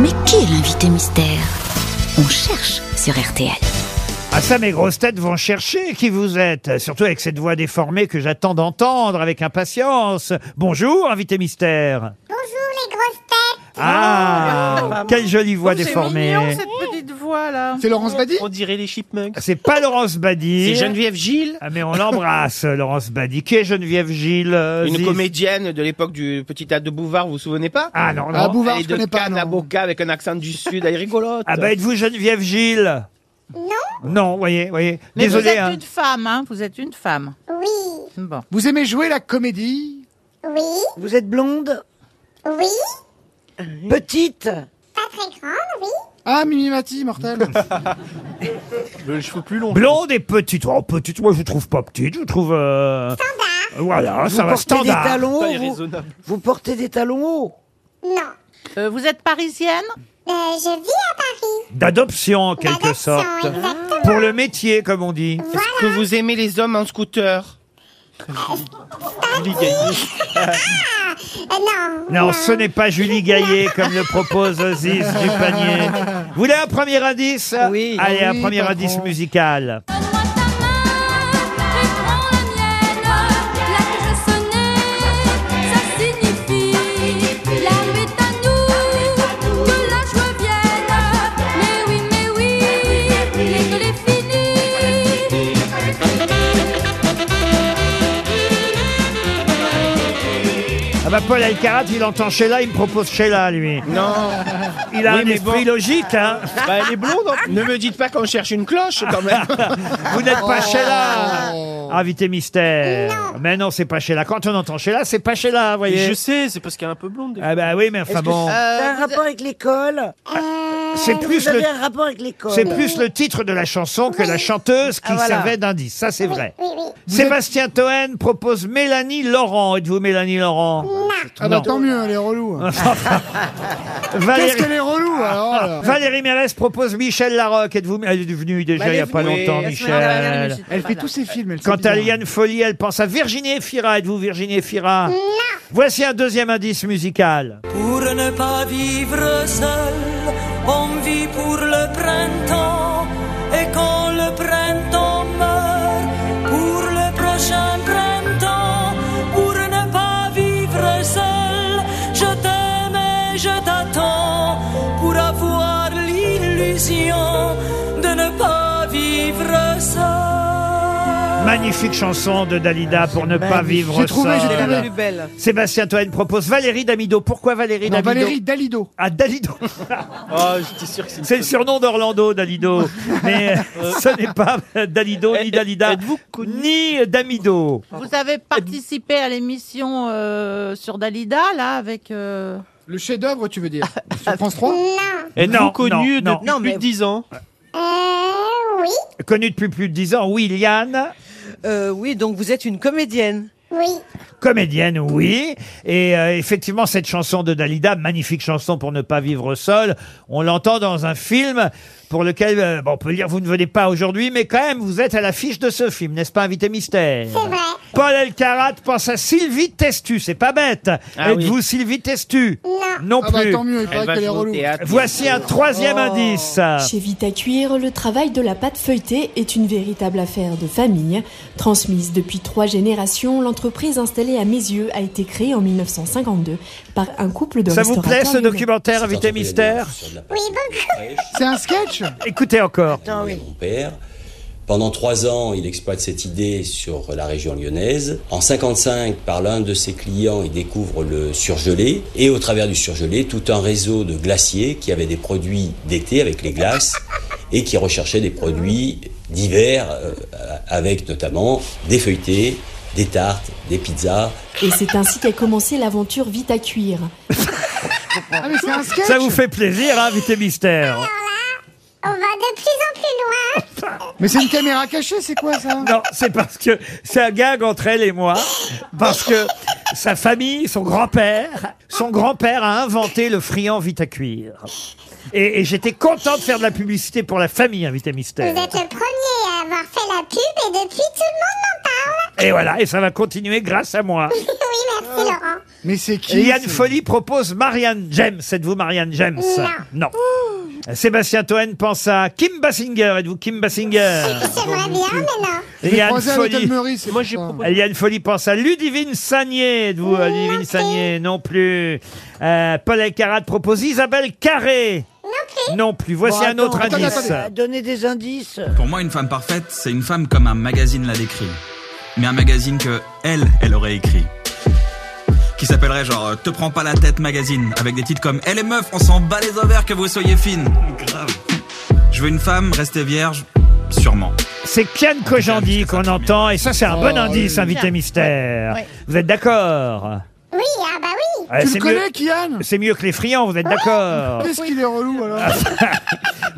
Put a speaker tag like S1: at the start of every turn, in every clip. S1: Mais qui est l'invité mystère On cherche sur RTL.
S2: Ah ça, mes grosses têtes vont chercher qui vous êtes, surtout avec cette voix déformée que j'attends d'entendre avec impatience. Bonjour, invité mystère.
S3: Bonjour les grosses têtes
S2: Ah, quelle jolie voix déformée.
S4: C'est mignon cette petite voix là.
S5: C'est Laurence Badi
S6: On dirait les chipmunks.
S2: C'est pas Laurence Badi.
S6: C'est Geneviève Gilles,
S2: Ah, mais on l'embrasse, Laurence Badi. Qui est Geneviève Gilles euh,
S6: une
S2: Ziz
S6: comédienne de l'époque du petit théâtre de Bouvard, vous vous souvenez pas
S2: Ah non, non.
S5: Ah, Bouvard,
S6: Elle est
S5: je
S6: de
S5: connais pas,
S6: Cannes à
S5: non.
S6: Boca avec un accent du sud, elle est rigolote.
S2: Ah bah êtes-vous Geneviève Gilles
S3: Non
S2: Non, voyez, voyez.
S4: Mais
S2: Désolé.
S4: vous êtes
S2: hein.
S4: une femme, hein. Vous êtes une femme.
S3: Oui.
S4: Bon.
S5: Vous aimez jouer la comédie
S3: Oui.
S7: Vous êtes blonde, Euh,
S3: Oui.
S7: petite,
S3: Pas très grande, oui.
S5: Ah, Mimimati, mortel
S6: Le cheveu plus long.
S2: Blonde et petite. Oh, petite, moi je vous trouve pas petite, je vous trouve... euh, Voilà,
S7: vous
S2: ça va,
S7: portez des
S2: standard.
S5: Oh,
S7: talons
S6: Taille
S7: hauts, vous,
S6: raisonnable.
S7: vous portez des talons hauts.
S3: Non.
S4: Euh, vous êtes parisienne
S3: Euh, je vis à Paris.
S2: D'adoption, en quelque
S3: D'adoption,
S2: sorte.
S3: exactement.
S2: Pour le métier, comme on dit.
S6: Est-ce que vous aimez les hommes en scooter
S3: Euh, non.
S2: Non, ce n'est pas Julie Gaillet, comme le propose Ziz du panier. Vous voulez un premier indice
S7: Oui.
S2: Allez, un
S5: Oui,
S2: premier
S5: patron.
S2: indice musical.
S8: Donne-moi ta main et prends la mienne. La cloche sonnée, ça signifie l'arme est à nous, que la joie vienne. Mais oui, mais oui, l'école est finie.
S2: Ah bah, Paul Alcarat, il entend Sheila, il me propose Sheila, lui.
S6: Non.
S2: Il a
S6: Oui,
S2: un
S6: mais
S2: esprit
S6: bon.
S2: logique, hein.
S6: Bah, elle est blonde. en plus. Ne me dites pas qu'on cherche une cloche quand même.
S2: Vous n'êtes pas Sheila Invité mystère. Mais non, c'est pas Sheila. Quand on entend Sheila, c'est pas Sheila, vous voyez.
S6: sais, c'est parce qu'elle est un peu blonde.
S2: Ah bah oui, mais enfin bon.
S9: Euh,
S7: Ça a un rapport avec l'école
S2: C'est plus
S7: Vous
S2: le...
S7: avez un rapport avec l'école.
S2: C'est plus le titre de la chanson que la chanteuse qui
S7: Ah, voilà.
S2: servait d'indice. Ça,
S10: Ah
S2: c'est vrai.
S3: Oui, oui.
S2: Sébastien Toen propose Mélanie Laurent. Êtes-vous Mélanie Laurent
S5: Ah bah
S2: Non.
S5: tant mieux, elle est relou Qu'est-ce
S2: Valérie,
S5: qu'elle est relou,
S2: Ah.
S5: alors là
S2: Valérie Mérès propose Michel Larocque. Êtes-vous... Elle est venue déjà il n'y a pas
S6: Valérie-
S2: longtemps,
S6: Oui,
S2: Michel.
S5: Elle fait tous ses films, elle
S2: Quant
S5: sait
S2: à
S5: bien.
S2: Liane Folie, elle pense à Virginie Efira. Êtes-vous Virginie Efira Voici un deuxième indice musical.
S11: Pour ne pas vivre seul, on vit pour le printemps. Et quand le printemps meurt, pour le prochain printemps, pour ne pas vivre seul, je t'aime et je t'attends. Pour avoir l'illusion de ne pas vivre seul.
S2: Magnifique chanson de Dalida pour ne pas vivre
S5: J'ai trouvé, j'ai
S2: seul.
S5: trouvé.
S4: belle.
S2: Sébastien Toen propose Valérie Damido. Pourquoi Valérie
S5: Non,
S2: Damido
S5: Valérie Dalido
S2: Ah, Dalido
S6: Oh, j'étais sûr que c'est.
S2: C'est le surnom d'Orlando, Dalido. Mais euh, ce n'est pas Dalido, ni Dalida, ni Damido.
S4: Vous avez participé à l'émission euh, sur Dalida là avec. euh,
S5: Le chef-d'œuvre, tu veux dire Sur France 3
S3: Non.
S2: Non,
S6: Êtes-vous connu
S2: non,
S6: depuis
S7: non.
S6: plus de 10 ans
S3: Euh, oui.
S2: Connue depuis plus de 10 ans, oui, Liane.
S7: Euh, oui, donc vous êtes une comédienne.
S3: Oui.
S2: Comédienne, oui. Et euh, effectivement, cette chanson de Dalida, magnifique chanson pour ne pas vivre seul, on l'entend dans un film pour lequel, euh, bon, on peut dire, vous ne venez pas aujourd'hui, mais quand même, vous êtes à l'affiche de ce film, n'est-ce pas, invité mystère
S3: C'est vrai.
S2: Paul Elkarat pense à Sylvie Testu, c'est pas bête.
S6: Ah oui.
S2: Êtes-vous Sylvie Testu
S3: Non.
S2: Non
S5: Ah bah
S2: plus.
S5: tant mieux, il
S6: Elle
S5: paraît
S6: va
S5: qu'elle est
S6: jouer au
S5: relou
S2: hein.
S6: théâtre.
S2: Voici un troisième indice.
S12: Chez Vita Cuir, le travail de la pâte feuilletée est une véritable affaire de famille. Transmise depuis trois générations, l'entreprise installée à Mézieux a été créée en 1952 par un couple de
S2: Ça vous plaît ce
S12: restaurateurs lyonnais.
S2: documentaire, invité mystère
S3: Oui, beaucoup.
S5: C'est un sketch
S2: Écoutez encore.
S7: Attends, oui.
S11: Mon père. Pendant trois ans, il exploite cette idée sur la région lyonnaise. En 55, par l'un de ses clients, il découvre le surgelé. Et au travers du surgelé, tout un réseau de glaciers qui avaient des produits d'été avec les glaces et qui recherchaient des produits d'hiver euh, avec notamment des feuilletés, des tartes, des pizzas.
S12: Et c'est ainsi qu'a commencé l'aventure Vita Cuir.
S5: Ah mais c'est un sketch
S2: Ça vous fait plaisir, hein, invité mystère
S3: On va de plus en plus loin.
S5: Mais c'est une caméra cachée, c'est quoi ça
S2: Non, c'est parce que c'est un gag entre elle et moi, parce que sa famille, son grand-père, son grand-père a inventé le friand vite à cuire. Et, et j'étais content de faire de la publicité pour la famille, invité mystère.
S3: Vous êtes le premier à avoir fait la pub et depuis tout le monde m'en parle.
S2: Et voilà, et ça va continuer grâce à moi.
S7: Ah.
S3: Oui, merci Laurent.
S5: Mais c'est qui
S2: Yann
S5: c'est-
S2: Folie propose Marianne James. Êtes-vous Marianne James Non. Sébastien Toen pense à Kim Basinger. Êtes-vous Kim Basinger
S3: J'aimerais bien, mais non.
S5: J'ai croisé à l'hôtel Meurice.
S6: Moi,
S5: Moi,
S6: j'ai
S5: j'ai
S6: proposé-
S2: Eliane Folie pense à Ludivine Sagné. Êtes-vous
S5: Oh,
S2: euh, Ludivine Sagné Non plus. Euh, Paul Elkarat propose Isabelle Carré. Non plus. Voici un autre indice.
S7: Donner des indices.
S13: Pour moi, une femme parfaite, c'est une femme comme un magazine la décrit. Mais un magazine que elle, elle aurait écrit. Qui s'appellerait genre euh, Te prends pas la tête magazine, avec des titres comme Elle est meuf, on s'en bat les ovaires que vous soyez fine. Grave. Je veux une femme rester vierge, sûrement.
S2: C'est Kian Kojandi qu'on entend, et ça c'est
S5: Oh,
S2: un bon indice, invité
S4: Tiens.
S2: mystère.
S4: Ouais.
S2: Vous êtes d'accord
S3: Oui, ah bah oui.
S2: Ouais,
S5: Tu
S2: c'est
S5: le
S2: mieux-
S5: connais, Ah, Kian
S2: C'est mieux que les friands, vous êtes d'accord
S5: Qu'est-ce qu'il est relou alors
S2: Ah,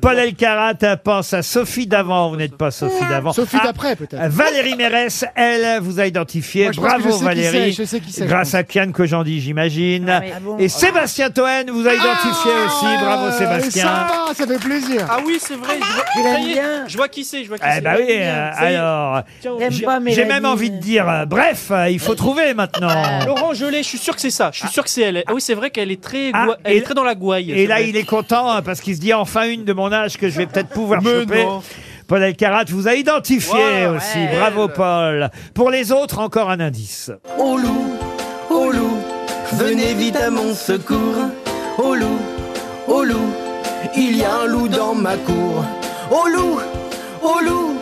S2: Paul Elkarat pense à Sophie d'avant, vous n'êtes pas Sophie d'avant.
S5: Sophie
S2: Ah,
S5: d'après peut-être.
S2: Valérie Mérès, elle vous a identifié.
S5: Moi, je pense que
S2: Bravo
S5: je sais qui
S2: Valérie.
S5: c'est, je sais qui c'est, je
S2: Grâce
S5: pense.
S2: à Kian Kojandi, j'imagine.
S4: Ah oui.
S2: Et Sébastien Toen
S5: Ah,
S2: vous a identifié ah, aussi. Bravo
S5: Euh,
S2: Sébastien.
S5: sympa, ça fait plaisir.
S6: Ah oui, c'est vrai. Je vois,
S7: Tu
S6: ça
S7: l'aimes
S6: y est,
S7: bien
S6: je vois qui c'est. Je vois qui
S2: Eh
S6: c'est.
S2: bah oui, euh,
S6: Ça y est.
S2: alors,
S6: Tiens,
S7: J'aime
S6: j'ai-
S7: pas
S2: j'ai
S7: Mélanie.
S2: même envie de dire, euh, bref, euh, il faut trouver maintenant.
S6: Ah, Laurent Gelé, je suis sûr que c'est ça. Je suis sûr que c'est elle. Ah Oui, c'est vrai qu'elle est très,
S2: Ah,
S6: goi- elle
S2: et-
S6: est très dans la gouaille.
S2: Et là, il est content hein, parce qu'il se dit enfin une de mon âge que je vais peut-être pouvoir
S6: Mais
S2: choper.
S6: non.
S2: Paul Elkarat vous a identifié
S6: Voilà,
S2: aussi.
S6: ouais.
S2: Bravo, Paul. Pour les autres, encore un indice.
S11: Au loup, au loup, venez vite à mon secours. Au loup, au loup, il y a un loup dans ma cour. Au loup, au loup,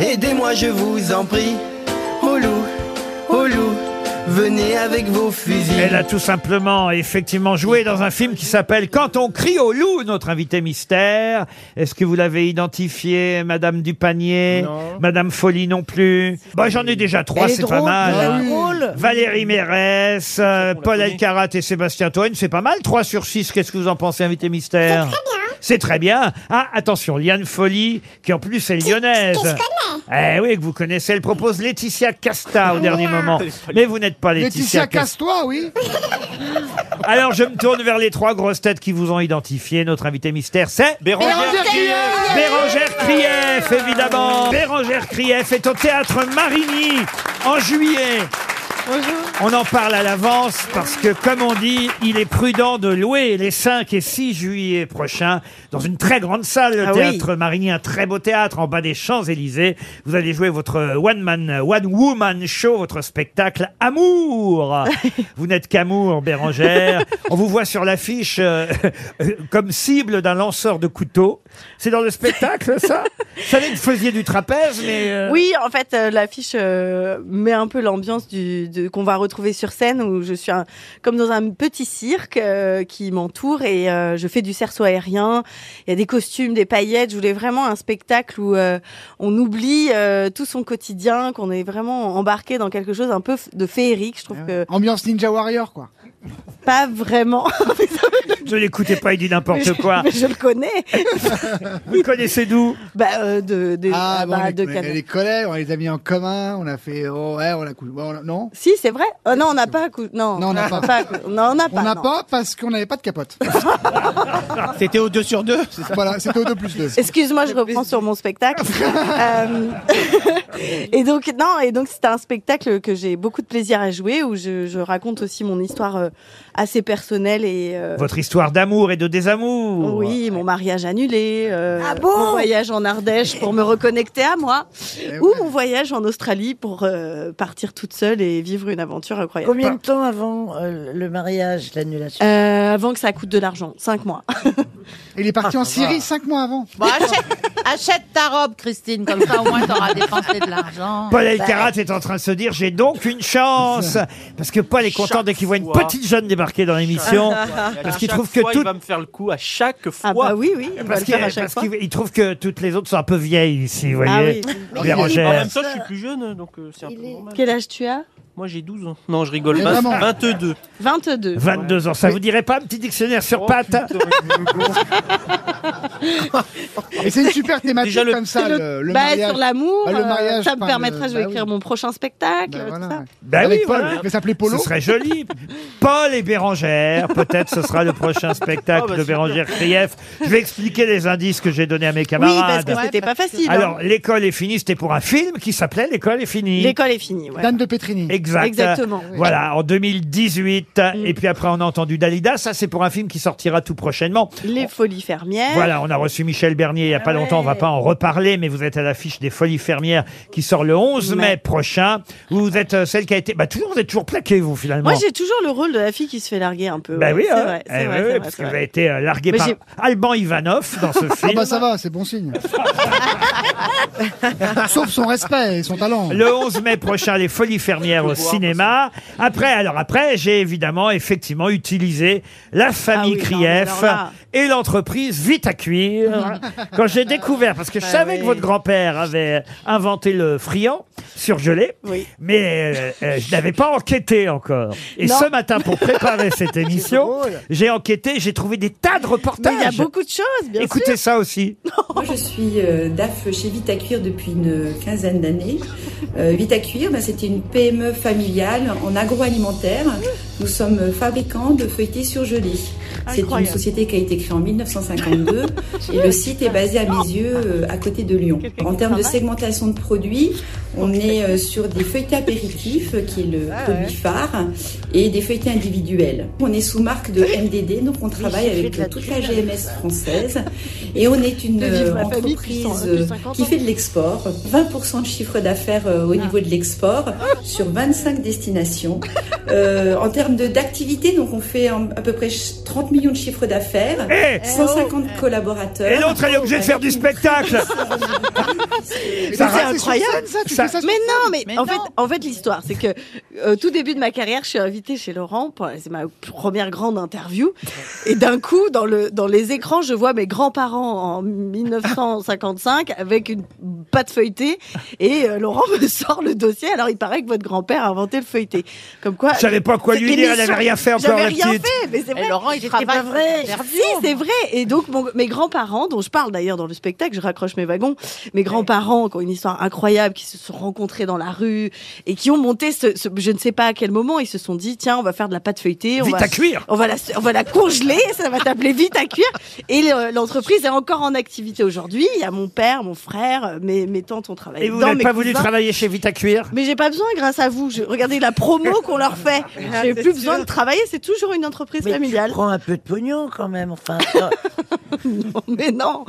S11: aidez-moi, je vous en prie. Au loup, au loup, venez avec vos fusils.
S2: Elle a tout simplement, effectivement, joué dans un film qui s'appelle Quand on crie au loup, notre invité mystère. Est-ce que vous l'avez identifié, Madame Dupanier
S6: Non.
S2: Madame Folie non plus Bah, j'en ai déjà trois,
S7: Elle est
S2: c'est
S7: drôle, Ah
S2: pas
S5: Ah,
S2: mal.
S7: elle est
S2: hein.
S7: drôle.
S2: Valérie Mérès, euh,
S6: qu'on la
S2: Paul
S6: connaît.
S2: Alcarat et Sébastien Toen, c'est pas mal. 3 sur 6, qu'est-ce que vous en pensez, invité mystère C'est très bien. Ah, attention, Liane Folly, qui en plus est lyonnaise.
S3: que je
S2: eh oui, que vous connaissez. Elle propose Laetitia Casta au dernier moment. Mais vous n'êtes pas Laetitia,
S5: Laetitia,
S2: Casta.
S5: casse-toi, oui.
S2: Alors, je me tourne vers les trois grosses têtes qui vous ont identifié. Notre invité mystère, c'est...
S6: Bérangère Guillet.
S2: Bérangère Krief, évidemment. Bérangère Krief est au théâtre Marigny en juillet. On en parle à l'avance parce que, comme on dit, il est prudent de louer les 5 et 6 juillet prochains dans une très grande salle, le
S7: Ah oui.
S2: théâtre Marigny, un très beau théâtre en bas des Champs-Élysées. Vous allez jouer votre one man, one woman show, votre spectacle Amour. vous n'êtes qu'amour, Bérangère. on vous voit sur l'affiche euh, comme cible d'un lanceur de couteau. C'est dans le spectacle, ça Ça savez que vous faisiez du trapèze, mais... euh,
S9: Oui, en fait, euh, l'affiche euh, met un peu l'ambiance du- de- qu'on va retrouver sur scène où je suis un- comme dans un petit cirque euh, qui m'entoure et euh, je fais du cerceau aérien. Il y a des costumes, des paillettes. Je voulais vraiment un spectacle où euh, on oublie euh, tout son quotidien, qu'on est vraiment embarqué dans quelque chose un peu f- de féerique. Je
S2: Ah
S9: trouve que
S5: Ambiance Ninja Warrior, quoi.
S9: pas vraiment.
S2: Ne l'écoutez pas, il dit
S9: mais
S2: n'importe
S9: je-
S2: quoi.
S9: mais je le connais.
S2: Vous le connaissez d'où
S9: Bah, euh, de, de,
S5: Ah, bon,
S9: bah,
S5: on, les,
S9: de
S5: on
S9: Canal.
S5: les collègues, on les a mis en commun, on a fait. oh, ouais, on a coulé. bon, on a- non
S9: Si, c'est vrai. Oh, non, on n'a pas. accou- Non,
S5: Non, on n'a pas.
S9: accou- Non, on n'a pas.
S5: On n'a
S9: non.
S5: pas parce qu'on n'avait pas de capote.
S6: C'était au 2 sur 2. c'est ça
S5: voilà, c'était au 2 plus 2.
S9: Excuse-moi, je reprends sur mon spectacle. Euh, et donc non, et donc c'est un spectacle que j'ai beaucoup de plaisir à jouer où je, je raconte aussi mon histoire euh, assez personnelle et euh,
S2: Votre histoire d'amour et de désamour.
S9: oui, mon mariage annulé, euh,
S7: Ah bon
S9: mon voyage en Ardèche pour me reconnecter à moi,
S5: Eh
S9: ou
S5: ouais.
S9: mon voyage en Australie pour euh, partir toute seule et vivre une aventure incroyable.
S7: Combien de temps avant euh, le mariage, l'annulation
S9: Euh, avant que ça coûte de l'argent, cinq mois.
S5: Il est parti en Syrie 5 mois avant.
S4: Bon, achète, achète ta robe, Christine, comme ça au moins t'auras dépensé de l'argent.
S9: Ah,
S2: Paul Elkarat
S9: ben.
S2: est en train de se dire j'ai donc une chance parce que Paul est content dès qu'il voit une
S6: fois.
S2: petite jeune débarquer dans l'émission parce qu'il trouve que
S6: fois,
S2: tout
S6: il va me faire le coup à chaque fois.
S9: Ah bah oui, oui, on va
S2: parce
S9: le
S2: qu'il
S9: faire à chaque
S2: parce
S9: fois.
S2: qu'il- il trouve que toutes les autres sont un peu vieilles ici, vous
S9: Ah
S2: voyez.
S9: oui.
S6: En
S2: Bérangère.
S6: même temps, je suis plus jeune, donc euh, c'est un peu normal.
S9: Quel âge tu as
S6: Moi, j'ai 12 ans. Non, je rigole.
S5: Mais
S6: vingt-
S5: vraiment.
S6: 22.
S9: 22. Oh,
S2: 22 ans, ça vous dirait pas un petit dictionnaire sur
S6: Oh,
S2: pattes
S6: putain,
S5: Et c'est une super thématique
S9: Déjà, le-
S5: comme ça,
S9: c'est le-
S5: le, le
S9: bah,
S5: mariage.
S9: sur l'amour,
S5: Bah, le
S9: euh,
S5: mariage,
S9: ça me
S5: enfin,
S9: permettra,
S5: le-
S9: je vais
S5: bah oui.
S9: écrire mon prochain spectacle. tout ça.
S2: Ben
S5: Bah, Avec
S2: oui,
S5: Paul,
S2: voilà.
S5: il va s'appeler Polo.
S2: Ce serait joli. Paul et Bérangère, peut-être ce sera le prochain spectacle
S9: Oh, bah,
S2: de
S9: super.
S2: Bérangère Krief. Je vais expliquer les indices que j'ai donnés à mes camarades.
S9: parce que c'était pas facile, hein.
S2: Alors, l'école est finie, c'était pour un film qui s'appelait L'école est finie.
S9: L'école est finie. ouais.
S5: Dame de Pétrini.
S2: Exact.
S9: Exactement. Mm.
S2: Euh, Voilà, en 2018. Et puis après, on a entendu Dalida. Ça, c'est pour un film qui sortira tout prochainement.
S9: Les folies fermières.
S2: Oh. Voilà, on a reçu Michel Bernier il n'y a pas longtemps, on va pas en reparler, mais vous êtes à l'affiche des Folies Fermières qui sort le 11 mai prochain. Vous êtes euh, celle qui a été... Bah, toujours, vous êtes toujours plaquée, vous, finalement.
S9: Moi, j'ai toujours le rôle de la fille qui se fait larguer un peu.
S2: Bah
S9: ouais,
S2: oui,
S9: c'est
S2: hein.
S9: vrai, c'est
S2: Eh
S9: vrai,
S2: oui,
S9: c'est vrai,
S2: parce
S9: c'est
S2: que vous
S9: vrai.
S2: avez été euh, largué
S9: Mais
S2: par
S9: j'ai-
S2: Alban Ivanov dans ce film.
S5: Ah bah ça va, c'est bon signe. Sauf son respect et son talent.
S2: Le 11 mai prochain, les Folies Fermières au cinéma. Après, alors après, j'ai évidemment effectivement utilisé la famille
S9: Ah oui, non, mais
S2: Krief
S9: alors là.
S2: et l'entreprise Vite à cuire. quand j'ai découvert, parce
S9: Bah
S2: que je savais que votre grand-père avait inventé le friand surgelé, mais euh, euh, je n'avais pas enquêté encore. Et
S9: Non.
S2: ce matin, pour préparer cette émission, j'ai enquêté, j'ai trouvé des tas de reportages.
S9: Il y a beaucoup de choses, bien
S2: Écoutez
S9: sûr.
S2: ça aussi.
S10: Moi, je suis euh, DAF chez Vite à Cuire depuis une quinzaine d'années. Euh, Vite à Cuire, ben, c'était une PME familiale en agroalimentaire. Nous sommes fabricants de feuilletés surgelés. C'est une
S9: Incroyable.
S10: société qui a été créée en 1952 et le site est basé à mes yeux euh, à côté de Lyon. En termes de segmentation de produits, on est euh, sur des feuilletés apéritifs, euh, qui est le produit phare, et des feuilletés individuels. On est sous marque de MDD, donc on travaille
S9: j'ai fait
S10: avec
S9: de la
S10: euh, toute la GMS française. Et on est une
S9: De vivre
S10: euh,
S9: la famille
S10: entreprise
S9: depuis cent-
S10: euh,
S9: depuis 50
S10: qui fait de l'export, 20% de chiffre d'affaires euh,
S4: Ah.
S10: au niveau de l'export sur 25 destinations. Euh, en termes de- d'activité, donc on fait en- à peu près ch- 30 millions de chiffre d'affaires,
S2: Eh
S10: 150 collaborateurs.
S2: Et l'autre, elle est obligée de faire du spectacle.
S9: Ça,
S2: Ça
S9: c'est
S2: reste sur
S9: incroyable.
S2: scène, ça, tu Ça- fais ça sur
S9: mais non,
S2: scène
S9: mais, en fait, en fait, l'histoire, c'est que euh, tout début de ma carrière, je suis invitée chez Laurent. pour- C'est ma première grande interview. Et d'un coup, dans le dans les écrans, je vois mes grands-parents en 1955 avec une pâte feuilletée. Et euh, Laurent me sort le dossier. Alors, il paraît que votre grand-père a inventé le feuilleté. Comme quoi.
S2: Je savais pas quoi
S9: c'est-
S2: lui
S9: et
S2: dire,
S9: mais
S2: elle avait
S9: sur-
S2: rien fait encore,
S9: J'avais
S2: la
S9: rien
S2: petite.
S9: fait, mais c'est vrai.
S4: Laurent, il
S9: J'étais
S4: travaille
S9: pas
S4: dans
S9: vrai.
S4: l'interview.
S9: Si, c'est vrai. Et donc, mon- mes grands-parents, dont je parle d'ailleurs dans le spectacle, je raccroche mes wagons, mes grands-parents qui ont une histoire incroyable, qui se sont rencontrés dans la rue et qui ont monté ce, ce- je ne sais pas à quel moment, ils se sont dit, tiens, on va faire de la pâte feuilletée. On
S2: Vite
S9: va,
S2: à cuire.
S9: On va la, on va la congeler, ça va t'appeler vite à cuire. Et le- l'entreprise est encore en activité aujourd'hui. Il y a mon père, mon frère, mes, mes tantes ont travaillé
S2: Et vous
S9: dedans,
S2: n'avez
S9: mes
S2: pas voulu
S9: cousins.
S2: travailler chez Vita Cuir
S9: Mais j'ai pas besoin grâce à vous. Je- regardez la promo qu'on leur fait.
S2: Ah,
S9: J'ai plus besoin de travailler. C'est toujours une entreprise familiale.
S7: Prends un peu de pognon quand même. Enfin,
S9: Mais non.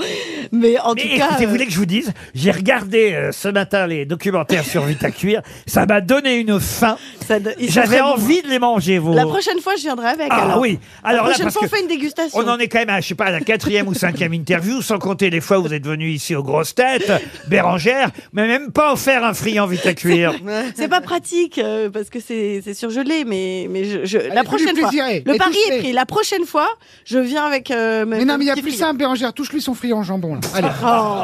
S9: Mais en tout
S2: Mais
S9: cas.
S2: écoutez, vous
S9: euh,
S2: voulez que je vous dise, j'ai regardé euh, ce matin les documentaires sur Vita Cuir, ça m'a donné une faim.
S9: euh, ça do- ils sont
S2: J'avais
S9: très bons.
S2: envie de les manger, vous.
S9: La prochaine fois, je viendrai avec.
S2: Ah
S9: alors.
S2: oui. Alors
S9: la
S2: là,
S9: prochaine
S2: parce
S9: fois, on
S2: que
S9: fait une dégustation.
S2: On en est quand même à, je sais pas, à la quatrième ou cinquième interview, sans compter les fois où vous êtes venu ici aux grosses têtes, Bérangère, mais même pas offert un friand Vita Cuir.
S9: C'est pas pratique euh, parce que c'est c'est surgelé, mais mais je, je- la
S5: Allez,
S9: prochaine
S5: fais-lui
S9: fois.
S5: plaisir,
S9: Le
S5: et
S9: pari est
S5: touche-les.
S9: pris. La prochaine fois, je viens avec. euh, mes-
S5: Mais non, mais il y a
S9: mes
S5: plus
S9: petits
S5: simple, Bérangère. Touche-lui son friand en jambon, là. Allez.
S9: Oh,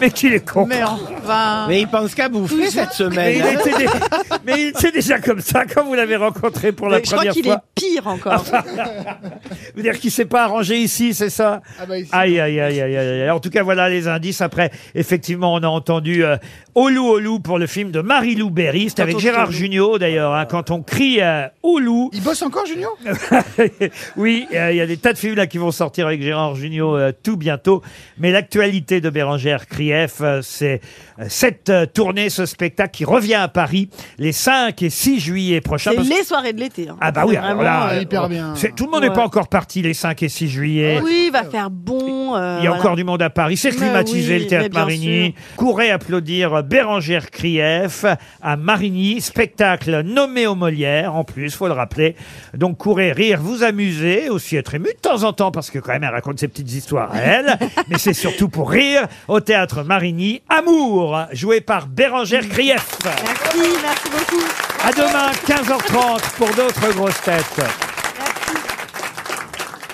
S2: Mais qu'il est con.
S4: Mais enfin.
S6: Mais il pense qu'à bouffer cette
S2: Mais
S6: semaine.
S2: il était, dé- mais il était déjà comme ça quand vous l'avez rencontré pour la
S9: mais je crois
S2: première
S9: qu'il est
S2: fois.
S9: pire encore.
S2: Vous dire qu'il s'est pas arrangé ici, c'est ça
S5: Ah bah, ici.
S2: Aïe, aïe, aïe, aïe, aïe. aïe. En tout cas, voilà les indices. Après, effectivement, on a entendu euh, Olou Olou pour le film de Marie-Lou Berry. C'était avec
S6: on
S2: Gérard
S6: crie
S2: Junior, d'ailleurs. hein. Quand on crie euh, Olou,
S5: Il bosse encore, Junior
S2: oui, euh, il y a des tas de films là qui vont sortir avec Gérard Junior euh, tout bientôt. Mais l'actualité de Bérangère Krief, euh, c'est euh, cette euh, tournée, ce spectacle qui revient à Paris les 5 et 6 juillet prochains.
S9: C'est
S2: Parce-
S9: les soirées de l'été. hein.
S2: Ah bah oui,
S9: C'est
S2: alors
S9: vraiment,
S2: là,
S9: euh,
S2: euh,
S5: hyper bien.
S2: c'est- tout le monde n'est
S9: Ouais.
S2: pas encore parti les 5 et 6 juillet.
S9: euh, oui, il va faire bon. euh,
S2: eh. Il y a
S9: voilà.
S2: encore du monde à Paris. C'est
S9: Mais
S2: climatisé
S9: oui,
S2: le théâtre
S9: mais bien
S2: Marigny. Courez applaudir Bérangère Krief à Marigny. Spectacle nommé aux Molières, en plus, faut le rappeler. Donc courez rire, vous amuser, aussi être ému de temps en temps, parce que quand même, elle raconte ses petites histoires à elle. mais c'est surtout pour rire au théâtre Marigny. Amour, joué par Bérangère Krief.
S9: Merci, merci beaucoup.
S2: À demain, 15h30, pour d'autres grosses têtes.